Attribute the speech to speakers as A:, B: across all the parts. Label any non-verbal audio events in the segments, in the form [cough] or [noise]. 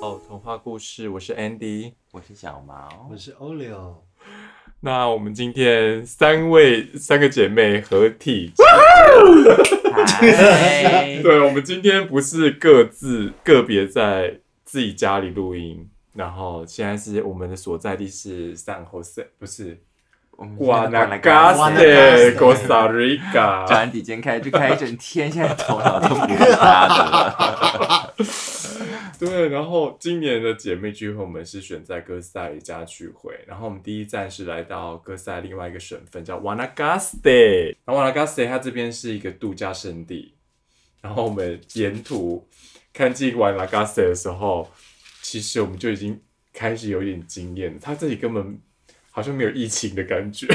A: 哦，童话故事，我是 Andy。
B: 我是小毛
C: [laughs] 我，是欧柳，
A: 那我们今天三位三个姐妹合
B: [laughs]
A: 体，
B: 嗨
A: 对，我们今天不是各自个别在自己家里录音，然后现在是我们的所在地是 San Jose，不是
B: 我们现在在灌篮高手
A: Guanacaste Costa
B: [laughs] 讲
A: Rica。
B: 完底间开就开一整天，现在头脑都不是他的了。
A: 对，然后今年的姐妹聚会我们是选在哥斯达黎加聚会，然后我们第一站是来到哥斯达另外一个省份叫 Guanacaste，然后 Guanacaste 它这边是一个度假胜地，然后我们沿途看进 Guanacaste 的时候，其实我们就已经开始有点惊艳了，它这里根本好像没有疫情的感觉，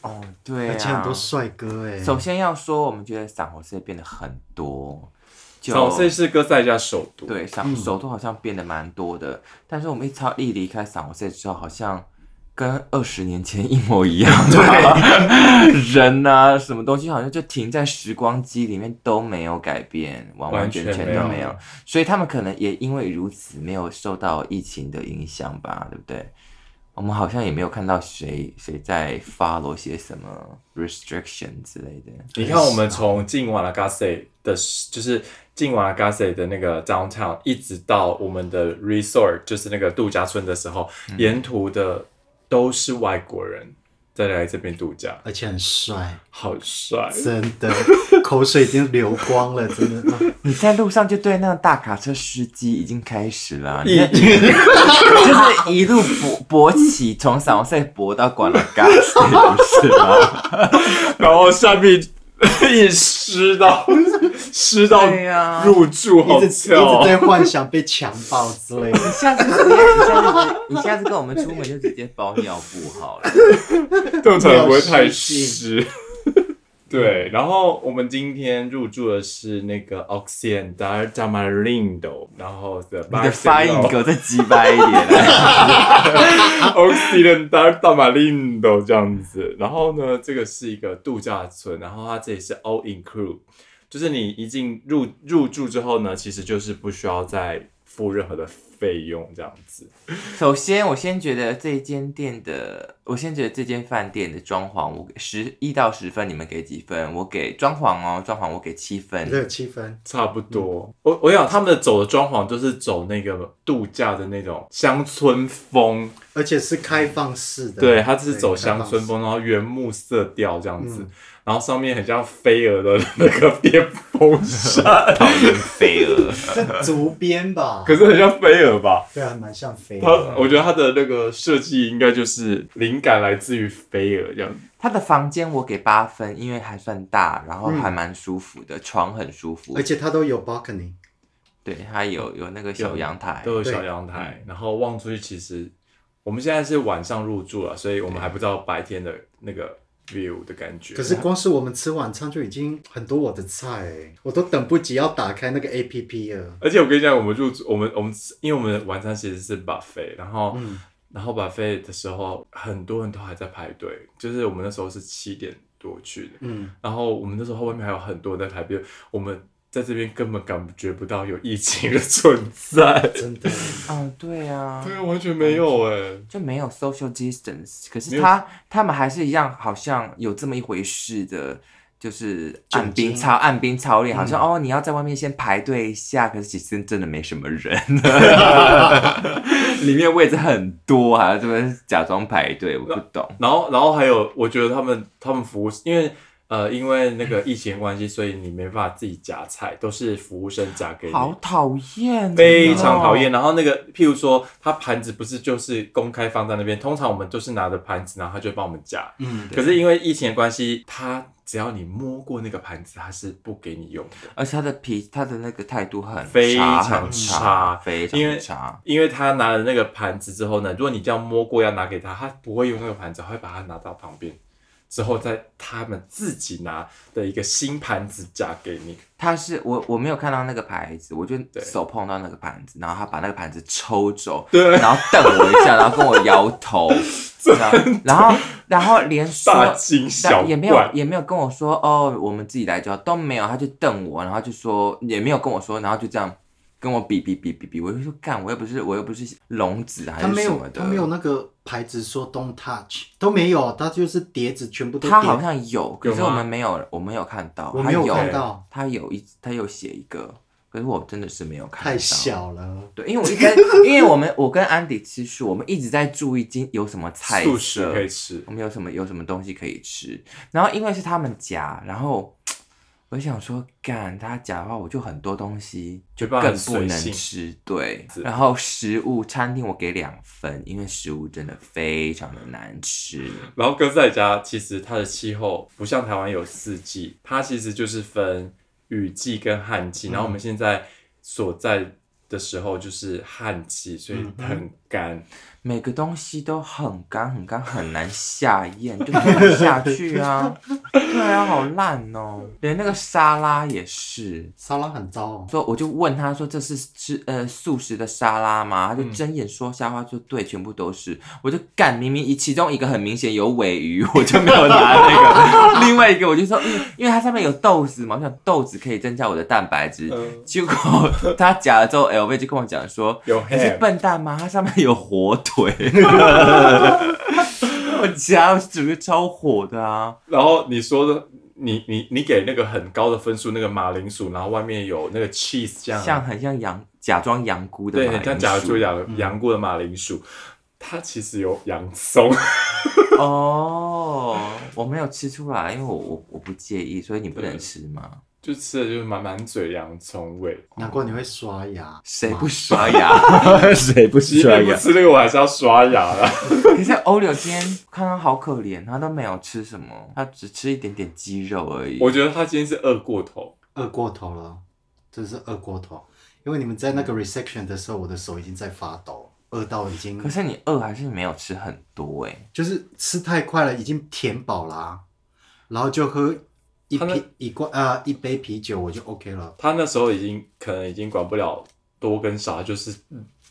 B: 哦，对
C: 而且很
B: 啊
C: 多。帅哥哎，
B: 首先要说，我们觉得散活色变得很多，
A: [laughs]
B: 就
A: 首先是哥斯达黎加首都，
B: 对，散首都好像变得蛮多的。但是我们一超一离开散活色之后，好像跟二十年前一模一样。对， [laughs] 人啊，什么东西好像就停在时光机里面都没有改变，完完全全
A: 完全没有
B: 都没有。所以他们可能也因为如此，没有受到疫情的影响吧，对不对？我们好像也没有看到谁谁在 follow 些什么 restriction 之类的。
A: 你看，我们从进瓦拉嘎塞的，就是进瓦拉嘎塞的那个 downtown，一直到我们的 resort，就是那个度假村的时候，
C: 嗯
A: 沿途的都是外国人在来这边度假，
C: 而且很帅，
A: 好帅！
C: 真的，口水已经流光了，真的。啊
B: 你在路上就对那个大卡车司机已经开始了，啊你
A: 一
B: 看就是一路勃勃起，从散塞勃到管了嘎，不是啊吗？
A: [laughs] 然后下面一湿到
C: [laughs]
A: 湿到
B: 对呀
A: 入住， [laughs] 好
C: 啊
A: 啊
C: 一直一
A: 巧
C: 直。在幻想被强暴之类的，
B: 下次就是你下次你下次跟我们出门就直接包尿布好了。
A: [laughs] 正常不会太湿。 [laughs] 对，然后我们今天入住的是那个 Occidental Tamarindo，然后的
B: 你的发音给我再鸡掰一点 [laughs] 啊，
A: Occidental Tamarindo 这样子。然后呢，这个是一个度假村，然后它这里是 all include，就是你一进入入住之后呢，其实就是不需要再付任何的费用这样子。
B: 首先，我先觉得这间店的，我先觉得这间饭店的装潢，我给十一到十分，你们给几分？我给装潢哦，装潢我给七分。
C: 热气氛。
A: 差不
B: 嗯
A: 多，我我想他们走的装潢就是走那个度假的那种乡村风，
C: 而且是开放式的，
A: 对，它是走
C: 对
A: 乡村，风，然后原木色调这样子，
C: 嗯
A: 然后上面很像飞蛾的那个电风扇，
B: 讨厌飞蛾，
C: 开放式这竹编吧，
A: [laughs] 可是很像飞蛾吧？
C: 对啊，蛮像飞
A: 它
C: 的，
A: 我觉得它的那个设计应该就是灵感来自于飞蛾这样子。
B: 他的房间我给八分，因为还算大，然后还蛮舒服的，床很舒服
C: 而，且它都有 balcony，
B: 对，它有有那个小阳台，
A: 嗯都有小
C: 对
A: 阳台，然后望出去，其实我们现在是晚上入住了，所以我们还不知道白天的那个 view 的感觉。
C: 可是光是我们吃晚餐就已经很多我的菜欸，我都等不及要打开那个 A P P 了。
A: 而且我跟你讲，我们入住，我们我们因为我们的晚餐其实是 buffet，然后、然后 buffet 的时候，很多人都还在排队，就是我们那时候是七点多去的，
C: 嗯，
A: 然后我们那时候外面还有很多人在排队，我们在这边根本感觉不到有疫情的存在，
C: 真的，
B: 嗯，对啊，
A: [laughs] 对，完全没有哎、
B: 就没有 social distance，可
A: 没
B: 是
A: 有
B: 他他们还是一样，好像有这么一回事的，就是按兵
C: 酒精
B: 操按兵操练，好像、哦你要在外面先排队一下，可是其实真的没什么
A: [laughs]
B: 人，里面位置很多，还要这边假装排队，我不懂。
A: 然后，然后还有，我觉得他们他们服务，因为呃，因为那个疫情的关系，所以你没办法自己夹菜，都是服务生夹给你。
B: 好讨厌、哦，
A: 呃非常讨厌。然后那个，譬如说，它盘子不是就是公开放在那边，通常我们都是拿着盘子，然后他就会帮我们夹。
C: 嗯，
A: 可是因为疫情的关系，他只要你摸过那个盘子，他是不给你用的，
B: 而且他的脾，他的那个态度很
A: 非
B: 差
A: 常
B: 很
A: 差
B: 非
A: 因为
B: 常差。
A: 因为他拿了那个盘子之后呢，如果你这样摸过要拿给他，他不会用那个盘子，他会把它拿到旁边之后再他们自己拿的一个新盘子夹给你。
B: 他是我我没有看到那个牌子，我就
A: 对
B: 手碰到那个盘子，然后他把那个盘子抽走，
A: 对
B: 然后瞪我一下，然后跟我摇
A: [laughs]
B: 头，然后然后然后连说
A: 大惊小
B: 也没有
A: 怪，
B: 也没有跟我说哦，我们自己来就好，都没有，他就瞪我，然后就说也没有跟我说，然后就这样跟我比比比比比，我就说干，我又不是我又不是聋子还
C: 他
B: 是
C: 没
B: 什么
C: 有，
B: 的，
C: 他没有那个牌子说 don't touch 都没有，他就是碟子全部都
B: 他好
C: 叠，
B: 像有，可是
A: 有吗
B: 我们没有，我没有看到，
C: 我
B: 他
C: 没有
B: 有
C: 看到，
B: 他有一他有写一个，可是我真的是没有看到，
C: 太小了。
B: 对，因为我一直在，因为我们我跟安迪吃素，我们一直在注意今有什么菜
A: 素食
B: 色
A: 可以吃
B: 我。们有什么有什么东西可以吃。然后因为是他们夹，然后我就想说，干他夹的话，我就很多东西就
A: 没办法
B: 更
A: 很
B: 不
A: 随
B: 能
A: 性
B: 吃。对
A: 是，
B: 然后食物餐厅我给两分，因为食物真的非常的难吃。
A: 然后哥斯达黎加其实它的气候不像台湾有四季，它其实就是分雨季跟旱
B: 嗯
A: 季。然后我们现在所在的时候就是旱季，所以很干。
B: 每个东西都很干很干，很难下咽，就吞不下去啊！ [laughs] 对啊，好烂哦，连那个沙拉也是。
C: 沙拉很糟哦，
B: 说我就问他说这是吃呃素食的沙拉吗？
A: 嗯
B: 他就睁眼说瞎话，说对，全部都是。我就干，明明一其中一个很明显有尾鱼，我就没有拿那
A: [laughs]
B: 个，另外一个我就说，嗯，因为它上面有豆子嘛，我想豆子可以增加我的蛋白质。
A: 嗯
B: 结果他夹了之后，LV 就跟我讲说，
A: [laughs] 有
B: 你是
A: ham
B: 笨蛋吗？它上面有火
A: [laughs]
B: 腿。我夹，我整个超火的啊！
A: 然后你说的，你你你给那个很高的分数，那个马铃薯，然后外面有那个 cheese 这样，啊
B: 像很像羊，假装羊菇的
A: 对，
B: 马
A: 很像
B: 铃
A: 假
B: 薯嗯
A: 如羊羊过的马铃薯，它其实有洋葱。 [laughs]
B: 哦，我没有吃出来，因为我我我不介意，所以你不能吃吗？
A: 就吃的就是满满嘴洋葱味，
C: 难怪你会刷牙。
B: 谁不刷牙？谁不
A: 即便不？吃那个，我还是要刷牙啦。
B: 可是欧柳今天看他好可怜，他都没有吃什么，他只吃一点点鸡肉而已。
A: 我觉得他今天是饿过头，
C: 饿过头了，真是饿过头。因为你们在那个 resection 的时候，我的手已经在发抖，饿到已经
B: 可是你饿还是没有吃很多哎、
C: 就是吃太快了，已经填饱啦、然后就喝一
A: 他们
C: 瓶一罐啊、一杯啤酒，我就 OK 了。
A: 他那时候已经可能已经管不了多跟少，就是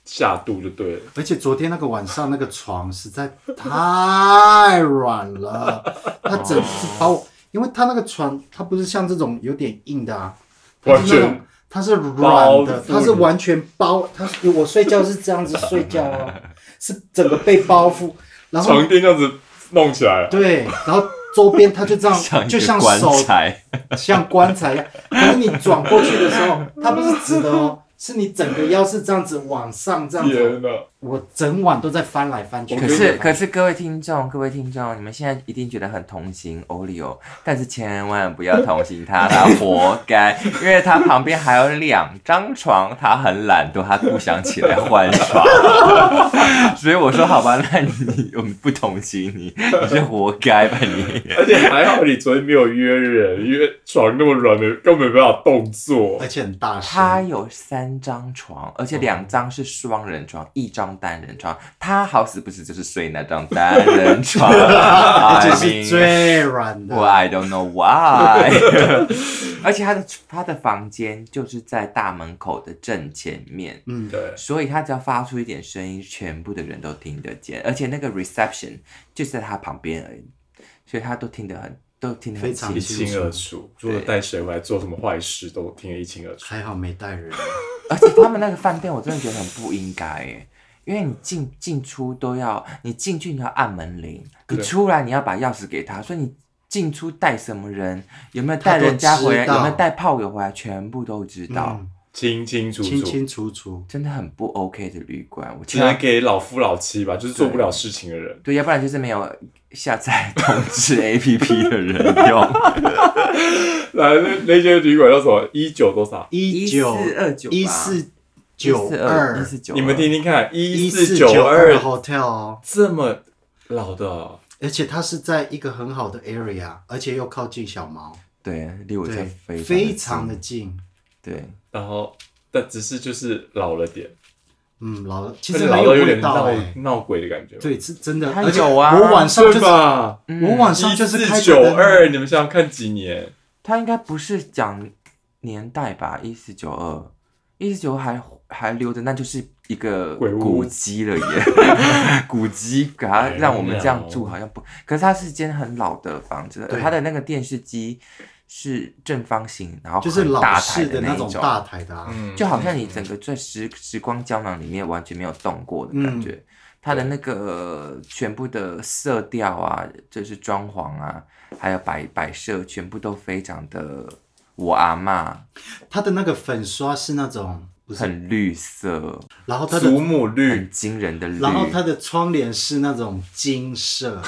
A: 下肚就对了。
C: 而且昨天那个晚上那个床实在太软了，他整是把我，因为他那个床它不是像这种有点硬的啊，它
A: 完全
C: 是那种它是软
A: 包
C: 的，
A: 覆
C: 它是完全包，它是我睡觉是这样子睡觉哦， [laughs] 是整个被包覆，然后
A: 床垫这样子弄起来了，
C: 对，然后周边它就这样，
B: 一
C: 就
B: 个
C: 像
B: 棺
C: 手
B: 材，
C: 像棺材一样。可是你转过去的时候，它不是直的哦，是你整个腰是这样子往上这样子。
A: 天哪！
C: 我整晚都在翻来翻去。
B: 可是可是各位听众，各位听众，你们现在一定觉得很同情欧里哦，但是千万不要同情他，
C: [laughs]
B: 他活该，因为他旁边还有两张床，他很懒惰，他不想起来换床， [laughs] 所以我说好吧，那你我们不同情你，你是活该
C: [laughs]
B: 吧你。
A: 而且还好你昨天没有约人，因为床那么软的，根本没办法动作
C: 而。且很大
B: 他
C: 声，
B: 有三张床，而且两张是双人床，一张单人床。他好死不死就是睡那张单人
C: [laughs]
B: 床，
C: 而且
B: I
C: 是
B: mean-
C: 最软
B: 我
C: 的。
B: I don't know why 。 [laughs] 而且他的他的房间就是在大门口的正前面，
C: 嗯，
A: 对，
B: 所以他只要发出一点声音，全部的人都听得见。而且那个 reception 就是在他旁边而已，所以他都听得很都听得很
C: 非常
A: 一
B: 清。
A: 清二楚。如果带谁回来做什么坏事，都听得一清二楚。
C: 还好没带人。
B: 而且他们那个饭店，我真的觉得很不应该耶。因为你进进出都要，你进去你要按门铃，你
A: 对
B: 出来你要把钥匙给他，所以你进出带什么人，有没有带
C: 他都
B: 人家回来，
C: 知道
B: 有没有带炮友回来，全部都知道。
C: 嗯，
A: 清清楚
C: 清
A: 楚，
C: 清楚楚。
B: 真的很不 OK 的旅馆，我
A: 只
B: 千
A: 能
B: 万
A: 给老夫老妻吧，就是做不了事情的人。
B: 对，要不然就是没有下载通知 APP 的人用。
A: 来，那那间旅馆叫什么？一九多少？
C: 一九
B: 1429
C: 一四九
B: 一四九，
A: 你们听听看，一
C: 一
A: 四
C: 四
A: 九
C: 九
A: 二
C: 二 hotel 哦。
A: 这么老的哦、
C: 而且它是在一个很好的 area，而且又靠近小毛，
B: 对，离我家非
C: 对，非常的
B: 近
C: 近。
B: 对，
A: 然后但只是就是老了点，
C: 嗯，老了，其
A: 但
C: 实
A: 是
C: 没
A: 老到有
C: 味
A: 点
C: 道
A: 闹
C: 哎、
A: 闹鬼的感觉，
C: 对，是真的。
B: 它
C: 而且
B: 有啊
C: 我晚上就
A: 对
C: 是
A: 吧？
C: 我晚上
A: 一
C: 就是
A: 四
C: 开
A: 九
C: 着灯
A: 二，你们想想看几年？
B: 他应该不是讲年代吧？一四九二，一四九还还留着，那就是一个
A: 鬼屋
B: 古迹
A: [laughs]
B: 了耶，古迹给他
A: 哎
B: 让我们这样
A: 妙
B: 住好像
A: [laughs]
B: 不，可是它是间很老的房子，
C: 对
B: 它的那个电视机是正方形，然后
C: 就是
B: 很
C: 老
B: 大台
C: 式
B: 的
C: 那
B: 一
C: 种
B: 种。
C: 大台的啊，
A: 嗯
B: 就好像你整个在时时光胶囊里面完全没有动过的感觉，它的那个全部的色调啊，就是装潢啊，还有摆摆设，全部都非常的我阿嬷
C: 它的那个粉刷是那种不是，
B: 很绿色，
C: 然后它的
A: 祖母绿
B: 很惊人的绿，
C: 然后它的窗帘是那种金色，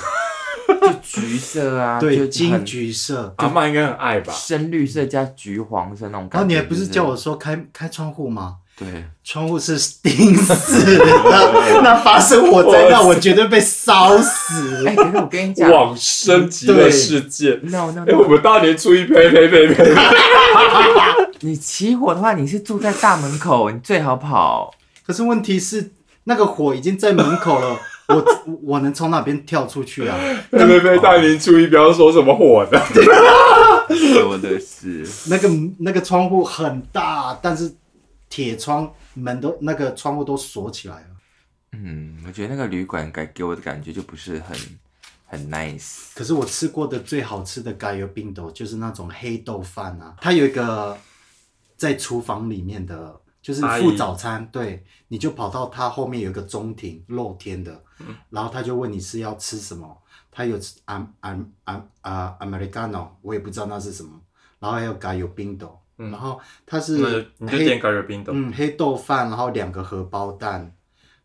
B: 就橘色啊，就
C: 对，
B: 很啊
C: 金橘色。
A: 阿妈应该很爱吧？
B: 深绿色加橘黄色那种感觉。
C: 然后你还不
B: 就是
C: 叫我说开开窗户吗？
B: 对，
C: 窗户是钉死的，那发生火灾，那我绝对被烧
B: [laughs]
C: 死。
B: 哎、可是我跟你讲
A: 往生极乐世界。
B: ，no [laughs] no
A: 哎，我
B: no，
A: 们大年初一呸呸呸呸！
B: 你起火的话，你是住在大门口，你最好跑。
C: 可是问题是，那个火已经在门口了，我我能从哪边跳出去啊？
A: 呸呸呸！大年初一不要说什么火的，
B: 说的是。
C: 那个那个窗户很大，但是铁窗门都那个窗户都锁起来了。
B: 嗯，我觉得那个旅馆给给我的感觉就不是很很 nice。
C: 可是我吃过的最好吃的咖油冰豆就是那种黑豆饭啊，它有一个在厨房里面的，就是
A: 阿姨
C: 付早餐，对，你就跑到它后面有一个中庭露天的，
A: 嗯
C: 然后他就问你是要吃什么，他有吃 am am am 啊 americano，我也不知道那是什么，然后还有咖油冰豆，然后它是
A: 你嗯就点
C: 黑
A: 咖喱冰豆。
C: 嗯黑豆饭，然后两个荷包蛋，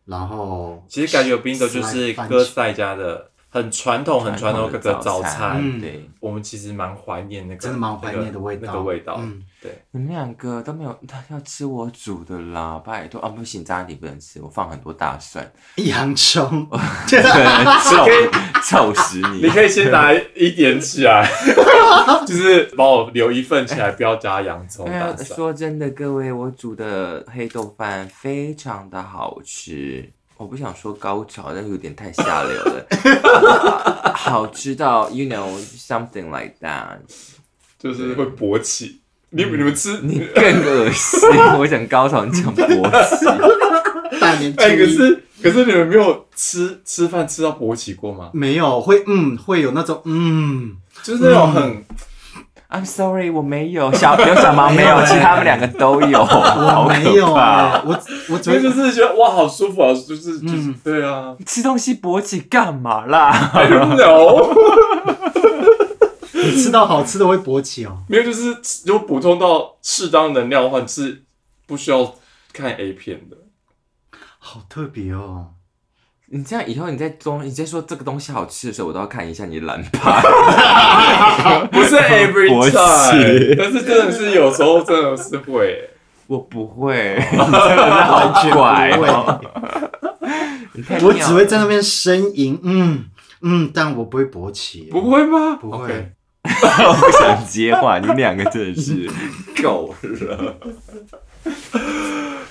C: 然后
A: 其实咖喱冰豆就是哥赛家的很传统、很传统
B: 的
A: 的早
B: 餐，
A: 餐。
B: 对，
A: 我们其实蛮怀念那个，
C: 真的蛮怀念的味道
A: 那个味道。
C: 嗯
A: 对，
B: 你们两个都没有要吃我煮的啦，拜托啊！不行，渣你不能吃，我放很多
A: [laughs]
B: 大蒜，
C: 洋 [laughs] 葱，
B: 臭臭死
A: 你
B: 你！
A: 可以先拿一点起
C: [laughs]
A: 来，就是帮我留一份起来，不要加洋葱
B: 哎
A: 大
B: 呀，
A: 蒜。
B: 说真的，各位，我煮的黑豆饭非常的好吃。我不想说高潮，但是有点太下流
A: [laughs]
B: 了，好吃到 you know something like that。
A: 就是会勃起。你你们吃
B: 你更恶心！我讲高潮，你讲勃起。
C: 大年初
A: 哎、可
C: 一。
A: 是可是你们没有吃吃饭吃到勃起过吗？
C: 没有，会嗯，会有那种嗯，
A: 就是那种很
B: [laughs] I'm sorry，我没有小有小毛没有，其实他们两个都有，好
C: 我
B: 可
C: 没有
B: 怕。
C: 哎、我我只
A: 所以就
C: 会
A: 是觉得哇，好舒服，好舒服就是
C: 嗯
A: 就是、
C: [laughs]
A: 对啊。哎
B: 吃东西勃起干嘛啦？
A: I don't know，
C: 你吃到好吃的会勃起哦。
A: 没有，就是如果补充到适当能量的话，是不需要看 A 片的。
C: 好特别哦，
B: 你这样以后你在中你在说这个东西好吃的时候，我都要看一下你的懒趴。
A: 不
B: [laughs]
A: 是 every
B: 勃起
A: time，但是真的是有时候真的是会、
B: 我不会，你真的好怪
C: 不会
B: 哦。你太
C: 我
B: 妙
C: 只会在那边呻吟，嗯嗯，但我不会勃起，
A: 不会吗？
C: 不会
A: OK
B: 了不想接话，你们两个真的是够了。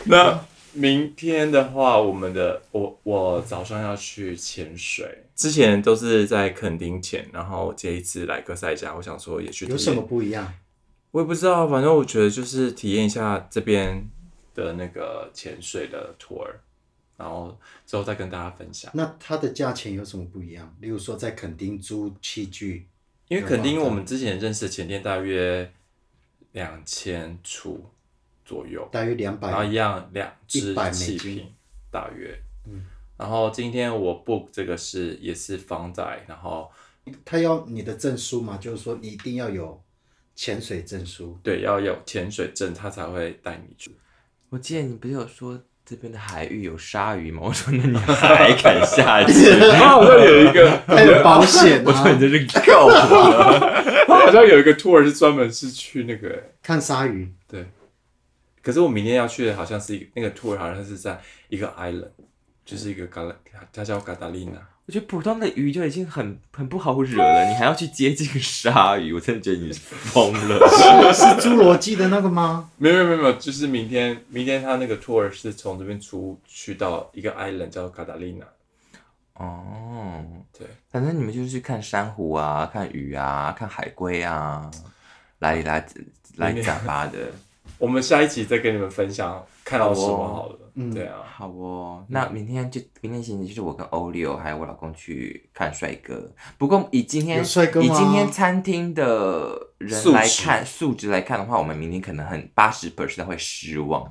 A: 那明天的话，我们的我我早上要去潜水，之前都是在垦丁潜，然后这一次来哥赛家，我想说也去体验
C: 有什么，不一样？
A: 我也不知道，反正我觉得就是体验一下这边的那个潜水的 tour，然后之后再跟大家分享。
C: 那它的价钱有什么不一样？例如说在垦丁租器具，
A: 因为垦丁我们之前认识的前店大约两千出左右，
C: 大约两
A: 然后
C: 百，
A: 一样两只
C: 100美
A: 气
C: 金
A: 瓶大约。
C: 嗯
A: 然后今天我 book 这个是也是方仔，然后
C: 他要你的证书嘛，就是说你一定要有潜水证书。
A: 对要有潜水证，他才会带你去。
B: 我记得你不是有说这边的海域有鲨鱼吗？我说 [laughs] 那你还敢下 [laughs] 去？
A: 他好像有一个， [laughs]
C: 还有保 [laughs] 险
B: [laughs] 我说你
C: 啊，
B: 真是够了。
A: 他好像有一个 tour 是专门是去那个、欸
C: 看鲨鱼，
A: 对。可是我明天要去的好像是一个那个 tour，好像是在一个 island，就是一个嘎拉，它叫嘎达丽娜。
B: 我觉得普通的鱼就已经很很不好惹了，你还要去接近鲨鱼，我真的觉得你疯 [laughs] 了。
C: [laughs] 是侏罗纪的那个吗？
A: 没有没有没有没有，就是明天明天他那个 tour 是从这边出去到一个 island 叫嘎达丽娜。
B: 哦，
A: 对，
B: 反正你们就是去看珊瑚啊，看鱼啊，看海龟啊，来来来
A: 明年
B: 杂巴的。
A: 我们下一期再跟你们分享看到什么好了。
C: 嗯
A: 对啊，
B: 好哦，那明天就明天行程就是我跟欧六还有我老公去看帅哥。不过以今天
C: 有帅哥吗
B: 以今天餐厅的人来看素质来看的话，我们明天可能很八十 percent 会失望，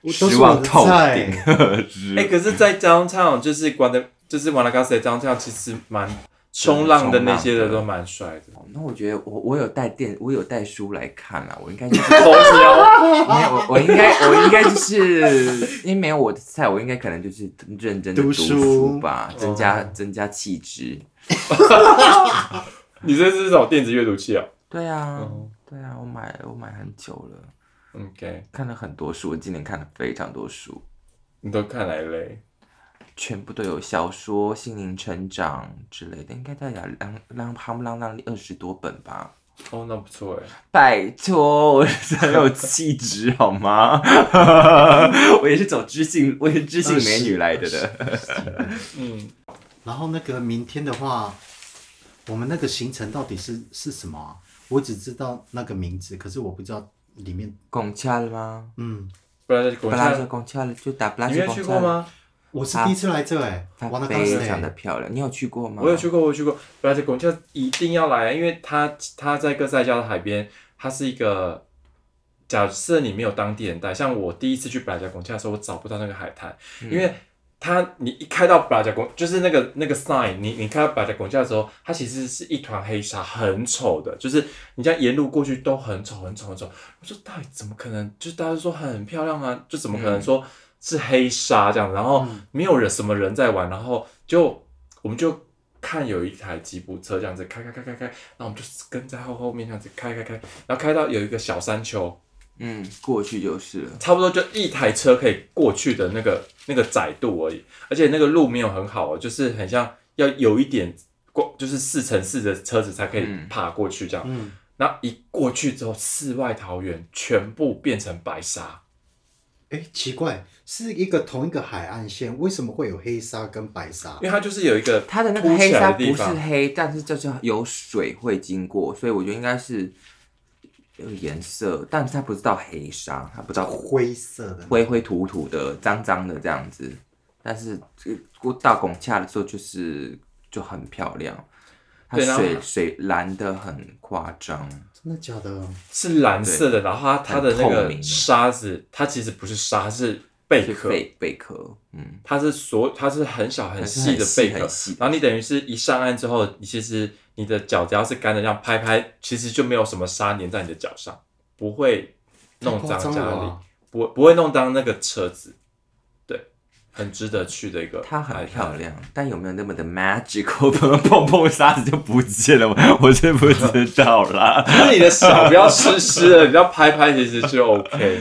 C: 我都
B: 失
C: 是我
B: 望
C: 的
B: 透
C: 菜
B: 顶。是
A: 哎、可是，在 downtown 就是关的，就是瓦纳嘎斯的 downtown 其实蛮冲浪的那些的都蛮帅的。
B: 哦那我觉得我我有带电，我有带书来看啊，我应该就是
A: [laughs] 偷瞄，
B: 没有，我我应该我应该就是因为没有我的菜，我应该可能就是认真的
C: 读
B: 读
C: 书
B: 书吧，增加
A: 哦
B: 增加气质。
A: 你这是找电子阅读器哦。
B: 对啊
A: 哦，
B: 对啊，我买我买很久了。
A: OK，
B: 看了很多书，我今年看了非常多书，
A: 你都看来嘞，
B: 全部都有小说、心灵成长之类的，应该大概两两夯不啷啷二十多本吧。
A: 哦，那不错哎。
B: 拜托，我是很有气质
A: [laughs]
B: 好吗？我也是走知性，我也是知性美女来
A: 啊
B: 的的。
A: 嗯，
C: 然后那个明天的话，我们那个行程到底是是什么、啊？我只知道那个名字，可是我不知道里面。
B: 拱恰了吗？
C: 嗯，
A: 不然就是
B: 布
A: 国
B: 拉
A: 家
B: 是，拱恰了，就打布拉
A: 你
B: 是
A: 没有
B: 拱
A: 去
B: 恰
A: 过
B: 了。
A: 吗？
C: 我是第一次来这哎、欸，
B: 它
C: 玩的 [laughs] 刚
B: 非常的
C: 才
B: 漂亮，你有去过吗？
A: 我有去过，我有去过。布拉吉贡就一定要来，啊因为它它在哥斯达黎加的海边，它是一个。假设你没有当地人带，像我第一次去布拉加贡恰的时候，我找不到那个海滩，因为它你一开到布拉加贡，就是那个那个 sign，你你开到布拉加贡恰的时候，它其实是一团黑沙，很丑的，就是你这样沿路过去都很丑，很丑，很丑。我说到底怎么可能？就是大家都说很漂亮啊，就怎么可能说是黑沙这样？然后没有人什么人在玩，然后就我们就看有一台吉普车这样子开开开开开，然后我们就跟在后后面这样子开开开，然后开到有一个小山丘，
B: 嗯，过去就是了。
A: 差不多就一台车可以过去的那个那个窄度而已，而且那个路没有很好哦，就是很像要有一点过，就是四乘四的车子才可以
B: 嗯
A: 爬过去这样。
C: 嗯，
A: 然后一过去之后，世外桃源全部变成白沙。
C: 哎、奇怪，是一个同一个海岸线，为什么会有黑沙跟白沙
A: 因？为它就是有一个
B: 它的那个
A: 凸
B: 黑
A: 起
B: 沙
A: 来的
B: 不
A: 地
B: 是
A: 方，
B: 黑，但是就是有水会经过，所以我觉得应该是有颜色，但是它不是到黑沙，它不到
C: 灰色的，
B: 灰灰土土的、脏脏的这样子。但是这过到拱恰的时候，就是就很漂亮，它
A: 对然后
B: 水水蓝的很夸张，
C: 真的假的？
A: 是蓝色的，然后它它的那
B: 透
A: 个
B: 明
A: 沙子，它其实不是沙，是贝
B: 是
A: 壳，
B: 贝贝壳，嗯，
A: 它是所它是很小很
B: 是
A: 细的
B: 很细
A: 贝壳
B: 很细，
A: 然后你等于是一上岸之后，你其实你的脚只要是干的，这样拍拍，其实就没有什么沙粘在你的脚上，不会弄脏
C: 太夸张
A: 家
C: 了
A: 里
C: 吧，
A: 不不会弄脏那个车子，对，很值得去的一个海滩。
B: 它很漂亮，但有没有那么的 magical？碰 [laughs] 碰沙子就不见了， [laughs] 我我真不知道啦。
A: [laughs] 就是你的手不要湿湿的，你要拍拍，其实就
B: [laughs]
A: OK。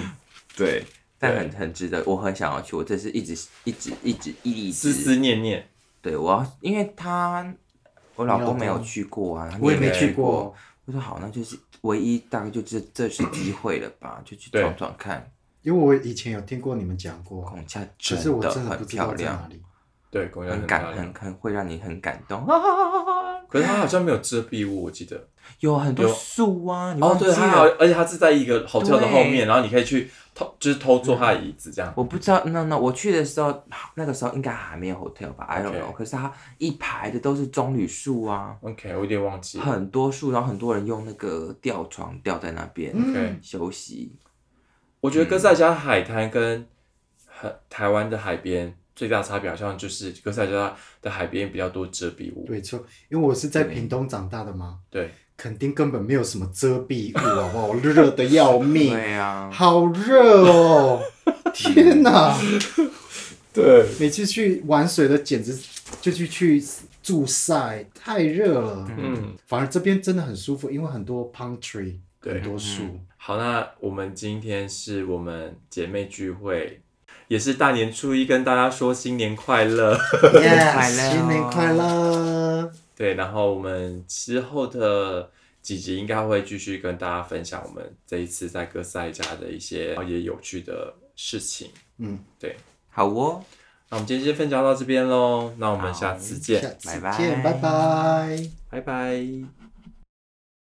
B: 对，但很很值得，我很想要去，我这是一直一直一直一
A: 思
B: 直，
A: 思念念，
B: 对我要，因为他我老公没
C: 你老
B: 有
C: 公
B: 去过啊，
C: 我也
B: 你
C: 没去
B: 过
C: 过，，
B: 我说好，那就是唯一大概就这这是机会了
A: [coughs]
B: 吧，就去
A: 对
B: 闯闯看，
C: 因为我以前有听过你们讲过，
B: 孔雀
C: 可是我
B: 的
C: 真的不
B: 很
C: 知
B: 漂
C: 道在
B: 亮
C: 哪，里。
A: 对，公园
B: 很
A: 漂
B: 感
A: 亮
B: 很。很会让你很感动啊，
A: 可是它好像没有遮蔽物，我记得。
B: 有很多
A: 有
B: 树啊，你
A: 哦，
B: 忘记
A: 对，它好
B: 了？，
A: 而且它是在一个 hotel 的
B: 对
A: 后面，然后你可以去偷，就是偷坐它的椅子这样。
B: 我不知道，那那我去的时候，那个时候应该还没有 hotel 吧，I don't
A: OK
B: know。可是它一排的都是棕榈树啊，
A: OK，我有点忘记。
B: 很多树，然后很多人用那个吊床吊在那边、
C: 嗯
A: OK，
B: 休息。
A: 我觉得哥斯达黎加海滩跟和台湾的海边最大差别好像就是哥斯达黎加的海边比较多遮蔽物。
C: 对，错，因为我是在屏东长大的嘛，
A: 对，
C: 肯定根本没有什么遮蔽物，好不好？热的要命，
B: 对啊，
C: 好热哦！天哪，
A: 对，
C: 每次去玩水的简直就是去助晒，太热了。
A: 嗯，
C: 反而这边真的很舒服，因为很多 palm tree，
A: 对
C: 很多树。 [laughs]
A: 好，那我们今天是我们姐妹聚会，也是大年初一跟大家说新年快乐。 [laughs]
C: Yes，
B: 乐哦
C: 新年快乐！
A: 对，然后我们之后的几集应该会继续跟大家分享我们这一次在哥斯达黎加的一些也有趣的事情。
C: 嗯，
A: 对，
B: 好哦，
A: 那我们今天先分享到这边喽，那我们下次见
C: 下，次
B: 拜拜
C: 见，拜拜。
A: 拜拜。